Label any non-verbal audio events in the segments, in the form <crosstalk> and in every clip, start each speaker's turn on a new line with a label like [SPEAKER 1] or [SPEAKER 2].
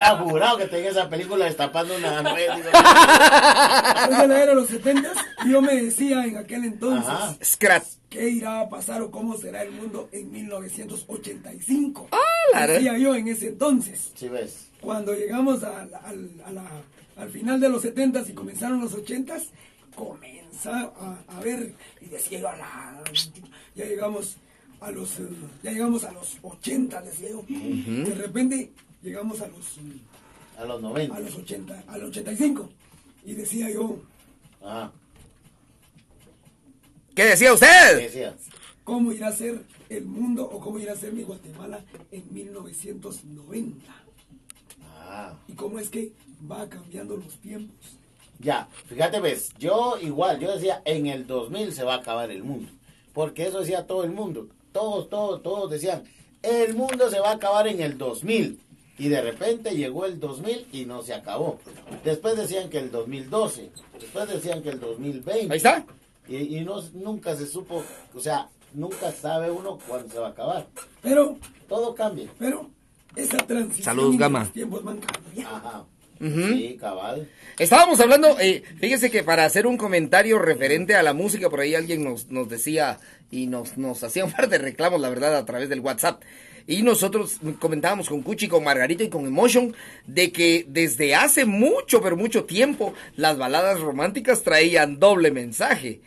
[SPEAKER 1] hubiera jurado que tenía esa película destapando una red. digo,
[SPEAKER 2] Esa la Pues era de los 70 y yo me decía en aquel entonces
[SPEAKER 1] Ajá.
[SPEAKER 3] Scratch.
[SPEAKER 2] qué irá a pasar o cómo será el mundo en 1985.
[SPEAKER 3] Ah, la re-
[SPEAKER 2] Decía yo en ese entonces.
[SPEAKER 1] Si ves.
[SPEAKER 2] Cuando llegamos a la- al- a la- al final de los 70 y comenzaron los 80s, comenzaba a, a ver y decía yo, "Ala, ya llegamos a los eh, ya llegamos a los 80, decía yo. De repente llegamos a los
[SPEAKER 1] A los
[SPEAKER 2] a
[SPEAKER 1] 90.
[SPEAKER 2] los 80, al 85 y decía yo,
[SPEAKER 1] Ajá.
[SPEAKER 3] ¿Qué decía
[SPEAKER 1] ¿Qué
[SPEAKER 3] usted?
[SPEAKER 1] decías?
[SPEAKER 2] ¿Cómo irá a ser el mundo o cómo irá a ser mi Guatemala en 1990?
[SPEAKER 1] Ah.
[SPEAKER 2] ¿Y cómo es que va cambiando los tiempos?
[SPEAKER 1] Ya, fíjate, ves, yo igual, yo decía, en el 2000 se va a acabar el mundo. Porque eso decía todo el mundo. Todos, todos, todos decían, el mundo se va a acabar en el 2000. Y de repente llegó el 2000 y no se acabó. Después decían que el 2012. Después decían que el 2020.
[SPEAKER 3] Ahí está.
[SPEAKER 1] Y, y no, nunca se supo, o sea, nunca sabe uno cuándo se va a acabar.
[SPEAKER 2] Pero,
[SPEAKER 1] Todo cambia.
[SPEAKER 2] pero, esa transición
[SPEAKER 3] Saludos,
[SPEAKER 2] en que
[SPEAKER 3] Gama.
[SPEAKER 2] los tiempos van cambiando.
[SPEAKER 1] Ajá. Sí, cabal.
[SPEAKER 3] Estábamos hablando, eh, fíjese que para hacer un comentario referente a la música, por ahí alguien nos, nos decía y nos, nos hacía un par de reclamos, la verdad, a través del WhatsApp. Y nosotros comentábamos con Cuchi, con Margarito y con Emotion de que desde hace mucho, pero mucho tiempo, las baladas románticas traían doble mensaje.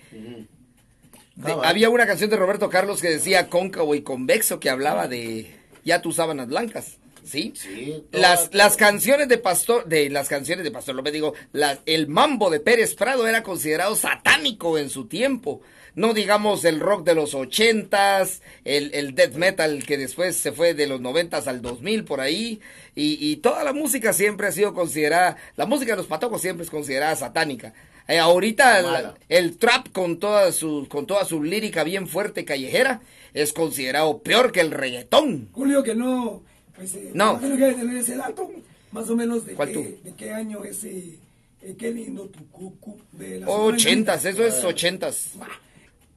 [SPEAKER 3] De-
[SPEAKER 1] Cabal.
[SPEAKER 3] había una canción de Roberto Carlos que decía cóncavo y convexo que hablaba de ya tus sábanas blancas. ¿Sí?
[SPEAKER 1] Sí, todas-
[SPEAKER 3] las, las canciones de Pastor, de las canciones de Pastor López, digo, las- el mambo de Pérez Prado era considerado satánico en su tiempo. No digamos el rock de los ochentas, el, el death metal que después se fue de los noventas al 2000 por ahí. Y, y toda la música siempre ha sido considerada, la música de los patojos siempre es considerada satánica. Eh, ahorita la-
[SPEAKER 1] Mala.
[SPEAKER 3] el trap con toda su con toda su lírica bien fuerte callejera es considerado peor que el reggaetón.
[SPEAKER 2] Julio, que no, pues, eh,
[SPEAKER 3] No.
[SPEAKER 2] imagino que debe tener ese dato, más o menos de,
[SPEAKER 3] ¿Cuál
[SPEAKER 2] qué,
[SPEAKER 3] tú?
[SPEAKER 2] de qué año ese, eh, qué lindo tu cucu de la
[SPEAKER 3] Ochentas, eso es ochentas.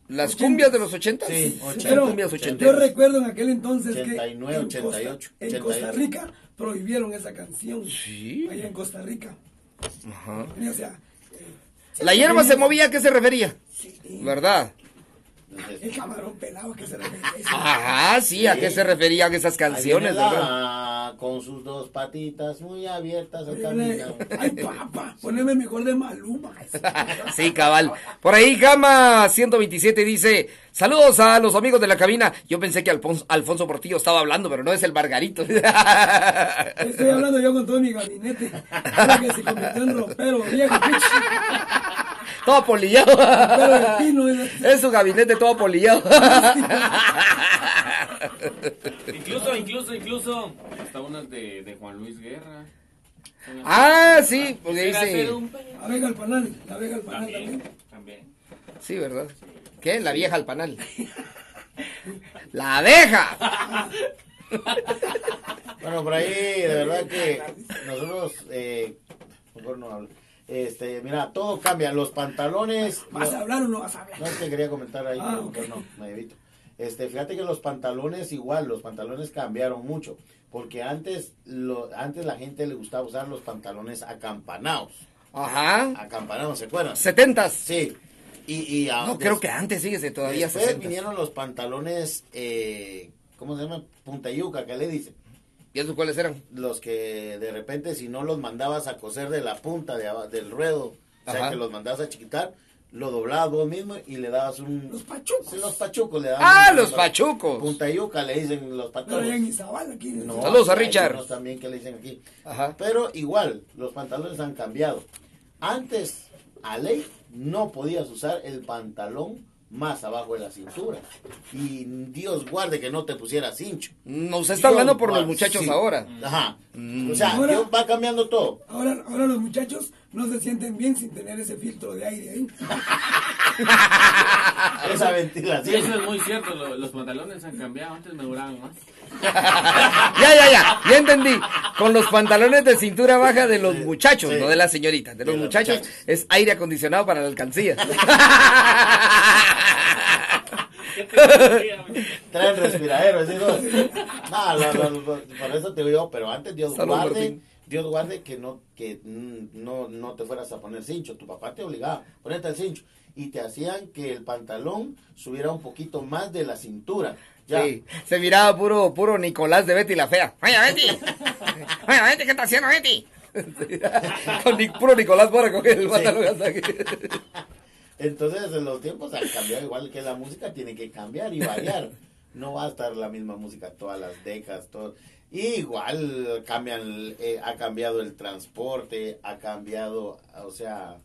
[SPEAKER 3] Las cumbias de los ochentas.
[SPEAKER 1] Sí,
[SPEAKER 3] Las
[SPEAKER 1] ochenta,
[SPEAKER 2] Pero
[SPEAKER 3] cumbias
[SPEAKER 2] yo
[SPEAKER 3] ochentas.
[SPEAKER 2] recuerdo en aquel entonces
[SPEAKER 1] 89,
[SPEAKER 2] que en
[SPEAKER 1] 88,
[SPEAKER 2] Costa, en Costa
[SPEAKER 1] 88.
[SPEAKER 2] Rica prohibieron esa canción.
[SPEAKER 3] Sí.
[SPEAKER 2] Allá en Costa Rica.
[SPEAKER 3] Ajá.
[SPEAKER 2] O sea,
[SPEAKER 3] La hierba se movía, ¿a qué se refería?
[SPEAKER 2] sí,
[SPEAKER 3] ¿Verdad?
[SPEAKER 1] Entonces,
[SPEAKER 2] el camarón pelado que se
[SPEAKER 1] <laughs>
[SPEAKER 2] refiere a eso.
[SPEAKER 1] Ah,
[SPEAKER 3] Ajá, Ah, sí, ¿a
[SPEAKER 1] Sí.
[SPEAKER 3] qué se referían esas canciones?
[SPEAKER 1] Ahí viene
[SPEAKER 3] verdad?
[SPEAKER 1] la- Con sus dos patitas muy abiertas al
[SPEAKER 2] Ponele-
[SPEAKER 1] camino.
[SPEAKER 2] Ay, papá, poneme mejor de Maluma.
[SPEAKER 3] Sí, cabal. Por ahí, Gama 127 dice: Saludos a los amigos de la cabina. Yo pensé que Alfonso, Alfonso Portillo estaba hablando, pero no es el Margarito. <laughs>
[SPEAKER 2] Estoy hablando yo con todo mi gabinete. Ahora que se convirtió en ropero, viejo.
[SPEAKER 3] Todo polillado.
[SPEAKER 2] Pero el pino es
[SPEAKER 3] Es su gabinete todo polillado.
[SPEAKER 4] Incluso, incluso, incluso. Hasta unas de, de Juan Luis Guerra. Son las-
[SPEAKER 3] Ah, sí, porque
[SPEAKER 4] Quisiera
[SPEAKER 3] dice.
[SPEAKER 4] hacer un pe-
[SPEAKER 2] la vega al panal, la vega al panal también.
[SPEAKER 4] También, también.
[SPEAKER 3] Sí, ¿verdad? ¿Qué? La vieja al panal. <laughs> ¡La abeja!
[SPEAKER 1] Bueno, por ahí, de verdad que nosotros, eh, mejor no hablo. Este, mira, todo cambia. Los pantalones.
[SPEAKER 2] ¿Vas
[SPEAKER 1] lo-
[SPEAKER 2] a hablar o no vas a hablar?
[SPEAKER 1] No es que quería comentar ahí,
[SPEAKER 2] Ah,
[SPEAKER 1] pero
[SPEAKER 2] ok.
[SPEAKER 1] no, me evito. Este, fíjate que los pantalones igual, los pantalones cambiaron mucho, porque antes lo, antes la gente le gustaba usar los pantalones acampanados,
[SPEAKER 3] Ajá.
[SPEAKER 1] acampanados, ¿se acuerdan?
[SPEAKER 3] ¿Setentas?
[SPEAKER 1] Sí. Y, y a-
[SPEAKER 3] No, creo que antes, fíjese, todavía
[SPEAKER 1] Ah, Después
[SPEAKER 3] sesentas.
[SPEAKER 1] vinieron los pantalones, eh, ¿cómo se llama? Puntayuca, que le dicen.
[SPEAKER 3] ¿Y esos cuáles eran?
[SPEAKER 1] Los que de repente si no los mandabas a coser de la punta de aba- del ruedo, o sea
[SPEAKER 3] Ajá.
[SPEAKER 1] que los mandabas a chiquitar, lo doblabas vos mismo y le dabas un...
[SPEAKER 2] Los pachucos.
[SPEAKER 1] Sí, los pachucos le dabas.
[SPEAKER 3] ¡Ah,
[SPEAKER 1] un-
[SPEAKER 3] los pachucos!
[SPEAKER 1] Puntayuca le dicen los
[SPEAKER 2] Pero allá
[SPEAKER 1] pantalones.
[SPEAKER 2] en Izabal, aquí. en
[SPEAKER 1] No,
[SPEAKER 2] Izabal.
[SPEAKER 3] Saludos a
[SPEAKER 1] hay
[SPEAKER 3] Richard.
[SPEAKER 1] unos también que le dicen aquí.
[SPEAKER 3] Ajá.
[SPEAKER 1] Pero igual, los pantalones han cambiado. Antes, a ley, no podías usar el pantalón más abajo de la cintura. Y Dios guarde que no te pusieras cincho.
[SPEAKER 3] No, usted está
[SPEAKER 1] Dios
[SPEAKER 3] hablando por los
[SPEAKER 1] guarde,
[SPEAKER 3] muchachos
[SPEAKER 1] pues, sí.
[SPEAKER 3] ahora. <laughs>
[SPEAKER 1] Ajá.
[SPEAKER 3] Mm.
[SPEAKER 1] O sea,
[SPEAKER 2] Ahora-
[SPEAKER 1] Dios va cambiando todo.
[SPEAKER 2] Ahora, ahora los muchachos no se sienten bien sin tener ese filtro de aire ahí.
[SPEAKER 3] Ah.
[SPEAKER 1] Esa
[SPEAKER 4] Eso
[SPEAKER 1] ventilación.
[SPEAKER 4] es muy cierto, lo- los pantalones han cambiado, antes me duraban más.
[SPEAKER 3] ya, ya, ya, ya entendí. Con los pantalones de cintura baja de los muchachos,
[SPEAKER 1] sí.
[SPEAKER 3] no de las señoritas, de los
[SPEAKER 1] De los
[SPEAKER 3] muchachos,
[SPEAKER 1] muchachos.
[SPEAKER 3] es aire acondicionado para
[SPEAKER 1] <laughs>
[SPEAKER 3] la alcancía.
[SPEAKER 4] ¿Qué te diría, güey?
[SPEAKER 1] Traen respiraderos. ¿sí? No, no, no, no, por eso te digo, pero antes Dios
[SPEAKER 3] Salud,
[SPEAKER 1] guarde
[SPEAKER 3] Martín.
[SPEAKER 1] Dios guarde que no que mm, no, no te fueras a poner cincho. Tu papá te obligaba, ponerte el cincho. Y te hacían que el pantalón subiera un poquito más de la cintura. Ya.
[SPEAKER 3] Sí, se miraba puro, puro Nicolás de Betty la fea. ¡Oye, Betty! ¡Oye, Betty, qué está haciendo Betty! Con ni- puro Nicolás para coger el pantalón hasta aquí.
[SPEAKER 1] Entonces, en los tiempos han cambiado, igual que la música tiene que cambiar y variar. No va a estar la misma música todas las décadas, todo. Y igual cambian, eh, ha cambiado el transporte, ha cambiado, o sea,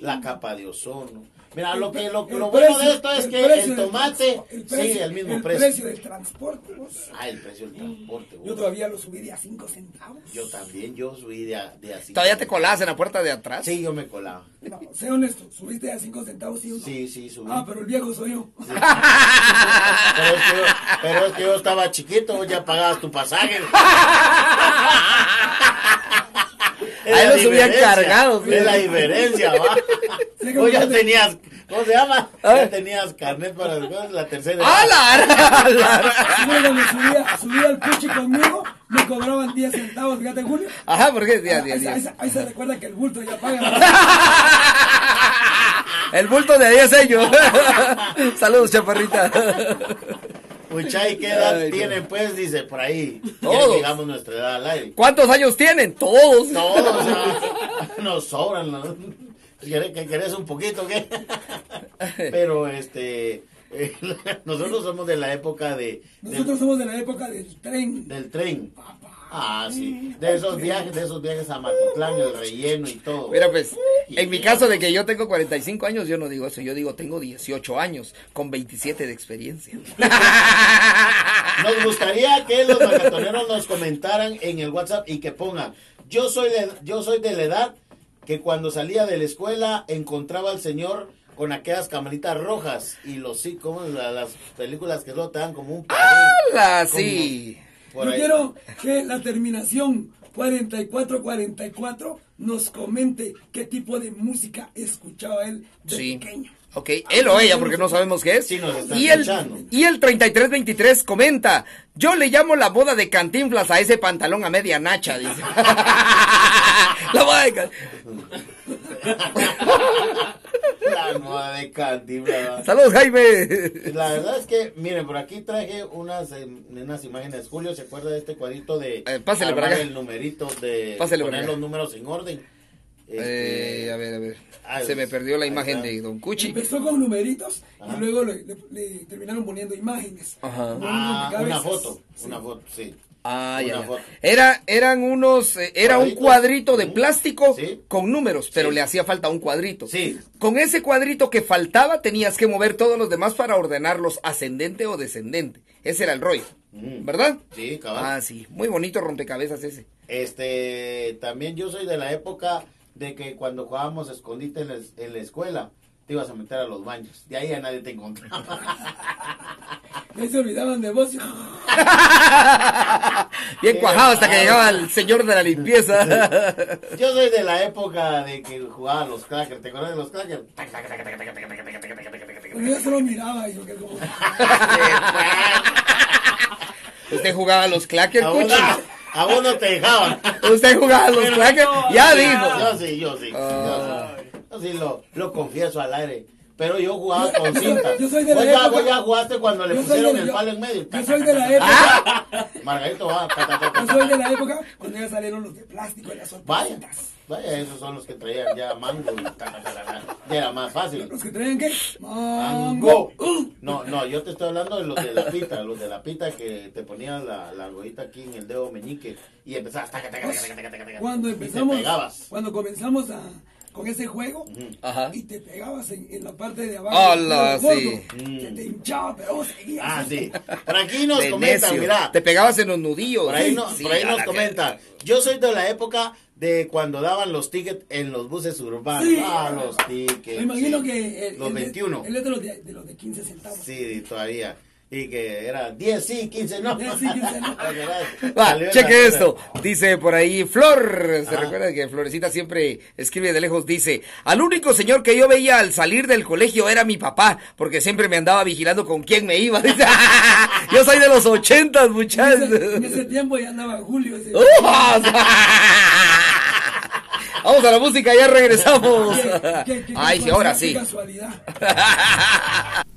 [SPEAKER 1] la capa de ozono. Mira, Ah, lo que lo,
[SPEAKER 2] El
[SPEAKER 1] lo bueno de
[SPEAKER 2] precio-
[SPEAKER 1] esto es
[SPEAKER 2] el
[SPEAKER 1] que
[SPEAKER 2] precio
[SPEAKER 1] el
[SPEAKER 2] del
[SPEAKER 1] tomate
[SPEAKER 2] trans- el
[SPEAKER 1] sigue
[SPEAKER 2] precio-
[SPEAKER 1] el mismo
[SPEAKER 2] el
[SPEAKER 1] precio.
[SPEAKER 2] precio del transporte. vos.
[SPEAKER 1] Ah, el precio del transporte.
[SPEAKER 2] Yo
[SPEAKER 1] vos.
[SPEAKER 2] todavía lo subí de a 5 centavos.
[SPEAKER 1] Yo también, yo subí de, a- de así.
[SPEAKER 3] ¿Todavía te colabas en la puerta de atrás?
[SPEAKER 1] Sí, yo me colaba.
[SPEAKER 2] No, sé honesto, subiste a 5 centavos y uno.
[SPEAKER 1] Sí, sí, subí.
[SPEAKER 2] Ah, pero el viejo soy yo.
[SPEAKER 1] Pero es que yo, pero es que yo estaba chiquito, vos ya pagabas tu pasaje.
[SPEAKER 3] <laughs>
[SPEAKER 1] Es
[SPEAKER 3] Ahí
[SPEAKER 1] la
[SPEAKER 3] lo subían
[SPEAKER 1] diferencia,
[SPEAKER 3] cargados,
[SPEAKER 1] Es la
[SPEAKER 3] ¿sí?
[SPEAKER 1] diferencia, va.
[SPEAKER 2] Sí,
[SPEAKER 1] Vos ya
[SPEAKER 2] como-
[SPEAKER 1] tenías, ¿cómo se llama?
[SPEAKER 3] ¿Eh?
[SPEAKER 1] Ya tenías carnet para la tercera edad.
[SPEAKER 3] ¡Ala! ¡Ala!
[SPEAKER 2] Y luego me subía, subía al coche conmigo, me cobraban 10 centavos, fíjate, Julio.
[SPEAKER 3] <laughs> Ajá, porque es día,
[SPEAKER 2] ahí,
[SPEAKER 3] día,
[SPEAKER 2] se-
[SPEAKER 3] día.
[SPEAKER 2] ahí se- ahí se recuerda que el bulto ya paga.
[SPEAKER 1] <laughs>
[SPEAKER 3] El bulto de ahí es yo. <laughs> Saludos, chaparrita.
[SPEAKER 1] Mucha, ¿y qué edad
[SPEAKER 3] Ay, no.
[SPEAKER 1] tiene, pues? Dice, por ahí. Ya
[SPEAKER 3] Todos.
[SPEAKER 1] digamos nuestra edad al aire.
[SPEAKER 3] ¿Cuántos años tienen? Todos.
[SPEAKER 1] Todos, ah, nos sobran. ¿no? ¿Querés, que querés un poquito? ¿qué? Pero, este, eh, nosotros somos de la época de... del-
[SPEAKER 2] Nosotros somos de la época del tren.
[SPEAKER 1] del tren. Ah, sí. De esos viajes, de esos viajes a Matitlán, el relleno y todo.
[SPEAKER 3] Mira, pues, en mi caso de que yo tengo 45 años, yo no digo eso, yo digo tengo 18 años, con 27
[SPEAKER 1] <laughs>
[SPEAKER 3] de experiencia. Ah,
[SPEAKER 1] Nos gustaría que los maratoneros nos comentaran en el WhatsApp y que pongan, yo soy de, yo soy de la edad que cuando salía de la escuela encontraba al señor con aquellas camaritas rojas y los sí, como la- las películas que solo te dan como un padrón,
[SPEAKER 3] ¡Hala! Sí.
[SPEAKER 1] por
[SPEAKER 2] Yo
[SPEAKER 1] ahí.
[SPEAKER 2] quiero que la terminación 4444 nos comente qué tipo de música escuchaba él de
[SPEAKER 3] Sí.
[SPEAKER 2] pequeño.
[SPEAKER 3] Ok, él o ella, porque no sabemos qué es.
[SPEAKER 1] Sí, nos están
[SPEAKER 3] y, el,
[SPEAKER 1] escuchando.
[SPEAKER 3] y el 3323 comenta, yo le llamo la boda de cantinflas a ese pantalón a media nacha, dice. <laughs> la boda de Can-
[SPEAKER 1] La moda de Cantinflas.
[SPEAKER 3] Saludos, Jaime.
[SPEAKER 1] La verdad es que, miren, por aquí traje unas, eh, unas imágenes. Julio, ¿se acuerda de este cuadrito de
[SPEAKER 3] Eh, pásele
[SPEAKER 1] armar
[SPEAKER 3] para acá.
[SPEAKER 1] el numerito de
[SPEAKER 3] Pásele
[SPEAKER 1] poner
[SPEAKER 3] para acá.
[SPEAKER 1] los números en orden? Este,
[SPEAKER 3] Eh, a ver, a ver.
[SPEAKER 1] Ah,
[SPEAKER 3] Se me perdió la
[SPEAKER 1] ahí
[SPEAKER 3] imagen
[SPEAKER 1] está.
[SPEAKER 3] de Don Cuchi.
[SPEAKER 2] Empezó con numeritos
[SPEAKER 1] Ajá.
[SPEAKER 2] y luego le, le- le terminaron poniendo imágenes.
[SPEAKER 3] Ajá.
[SPEAKER 2] Poniendo
[SPEAKER 1] Ah, una
[SPEAKER 2] rompecabezas.
[SPEAKER 1] foto,
[SPEAKER 2] Sí.
[SPEAKER 1] una foto, sí.
[SPEAKER 3] Ah, ya,
[SPEAKER 1] Una
[SPEAKER 3] ya.
[SPEAKER 1] foto.
[SPEAKER 3] Era, eran unos, eh, era un
[SPEAKER 1] Cuadritos.
[SPEAKER 3] cuadrito de
[SPEAKER 1] Ujú.
[SPEAKER 3] plástico
[SPEAKER 1] Sí.
[SPEAKER 3] con números, pero
[SPEAKER 1] Sí.
[SPEAKER 3] le hacía falta un cuadrito.
[SPEAKER 1] Sí.
[SPEAKER 3] Con ese cuadrito que faltaba tenías que mover todos los demás para ordenarlos ascendente o descendente. Ese era el rollo,
[SPEAKER 1] Ujú.
[SPEAKER 3] ¿verdad?
[SPEAKER 1] Sí, cabal.
[SPEAKER 3] Ah, sí. Muy bonito rompecabezas ese.
[SPEAKER 1] Este, también yo soy de la época de que cuando jugábamos escondite en la, en la escuela, te ibas a meter a los baños. De ahí ya nadie te encontraba.
[SPEAKER 2] Y <laughs> ahí se olvidaban de vos.
[SPEAKER 3] Bien
[SPEAKER 1] Ah, Qué
[SPEAKER 3] cuajado hasta que
[SPEAKER 1] bárbaro.
[SPEAKER 3] llegaba el señor de la limpieza.
[SPEAKER 1] Yo soy de la época de que jugaba a los crackers. ¿Te acuerdas de los crackers?
[SPEAKER 2] Pero yo solo miraba y yo que como...
[SPEAKER 3] <laughs> Usted jugaba a los clackers,
[SPEAKER 1] A vos
[SPEAKER 3] Cuchi.
[SPEAKER 1] no- a vos no te dejaban.
[SPEAKER 3] Usted jugaba a los
[SPEAKER 4] Pero
[SPEAKER 3] clackers.
[SPEAKER 4] no,
[SPEAKER 3] ya
[SPEAKER 1] Yo
[SPEAKER 4] ya.
[SPEAKER 3] dijo.
[SPEAKER 1] sí, yo sí. Yo sí, Yo sí lo, lo confieso al aire. Pero yo jugaba con cinta.
[SPEAKER 2] Yo soy de la
[SPEAKER 1] Vos ya-
[SPEAKER 2] época-
[SPEAKER 1] vos ya jugaste cuando le
[SPEAKER 2] Yo soy
[SPEAKER 1] pusieron
[SPEAKER 2] de-
[SPEAKER 1] el
[SPEAKER 2] yo-
[SPEAKER 1] palo en medio.
[SPEAKER 2] Yo soy
[SPEAKER 1] <laughs>
[SPEAKER 2] de la época.
[SPEAKER 1] Margarito va. ta, ta, ta, ta,
[SPEAKER 2] Yo
[SPEAKER 1] ta.
[SPEAKER 2] soy de la época cuando ya salieron los de plástico y las
[SPEAKER 1] Vaya,
[SPEAKER 2] sorpresitas.
[SPEAKER 1] vaya, esos son los que traían ya mango y ta, ta, ta, ta, ta. Ya era más fácil.
[SPEAKER 2] Los que traían qué?
[SPEAKER 1] Mango.
[SPEAKER 2] Mango.
[SPEAKER 1] No, no, yo te estoy hablando de los de la pita, los de la pita que te ponían la, la argollita aquí en el dedo meñique y empezabas. taca, taca, taca, taca, taca, taca,
[SPEAKER 2] Cuando
[SPEAKER 1] y te
[SPEAKER 2] empezamos,
[SPEAKER 1] pegabas.
[SPEAKER 2] cuando comenzamos a, con ese juego
[SPEAKER 3] Ajá.
[SPEAKER 2] y te pegabas en, en la parte de abajo,
[SPEAKER 3] Ala,
[SPEAKER 2] del gordo,
[SPEAKER 3] sí.
[SPEAKER 2] se te hinchaba, pero vos seguías.
[SPEAKER 1] Ah, sí. Por aquí nos
[SPEAKER 3] De
[SPEAKER 1] comentan,
[SPEAKER 3] necio.
[SPEAKER 1] mira.
[SPEAKER 3] Te pegabas en los nudillos.
[SPEAKER 1] Por ahí,
[SPEAKER 3] Sí,
[SPEAKER 1] no-
[SPEAKER 3] sí,
[SPEAKER 1] por ahí
[SPEAKER 3] a
[SPEAKER 1] nos
[SPEAKER 3] la
[SPEAKER 1] comenta. Yo soy de la época de cuando daban los tickets en los buses urbanos.
[SPEAKER 2] Sí.
[SPEAKER 1] Ah, los tickets.
[SPEAKER 2] Me imagino
[SPEAKER 1] sí.
[SPEAKER 2] que el,
[SPEAKER 1] los
[SPEAKER 2] el de-
[SPEAKER 1] 21.
[SPEAKER 2] el es de los de, de los de 15 centavos.
[SPEAKER 1] Sí, todavía. Y que era 10 sí, 15
[SPEAKER 3] <laughs>
[SPEAKER 1] no.
[SPEAKER 2] 10 sí,
[SPEAKER 1] <laughs>
[SPEAKER 2] 15 no.
[SPEAKER 3] Va,
[SPEAKER 1] Salió en la
[SPEAKER 3] cheque
[SPEAKER 1] tele.
[SPEAKER 3] esto. Dice por ahí Flor. Se
[SPEAKER 1] Ajá.
[SPEAKER 3] recuerda que Florecita siempre escribe de lejos. Dice: Al único señor que yo veía al salir del colegio era mi papá, porque siempre me andaba vigilando con quién me iba. <laughs> Dice, "Ah, Yo soy de los ochentas, muchachos.
[SPEAKER 2] ese, en
[SPEAKER 3] <laughs>
[SPEAKER 2] ese tiempo ya andaba
[SPEAKER 1] <laughs>
[SPEAKER 2] Julio. Ese,
[SPEAKER 3] Uh, <laughs> Vamos a la música, ya regresamos.
[SPEAKER 2] Qué- qué- qué
[SPEAKER 3] Ay, sí,
[SPEAKER 2] casualidad,
[SPEAKER 3] ahora
[SPEAKER 2] qué
[SPEAKER 3] sí.
[SPEAKER 2] casualidad.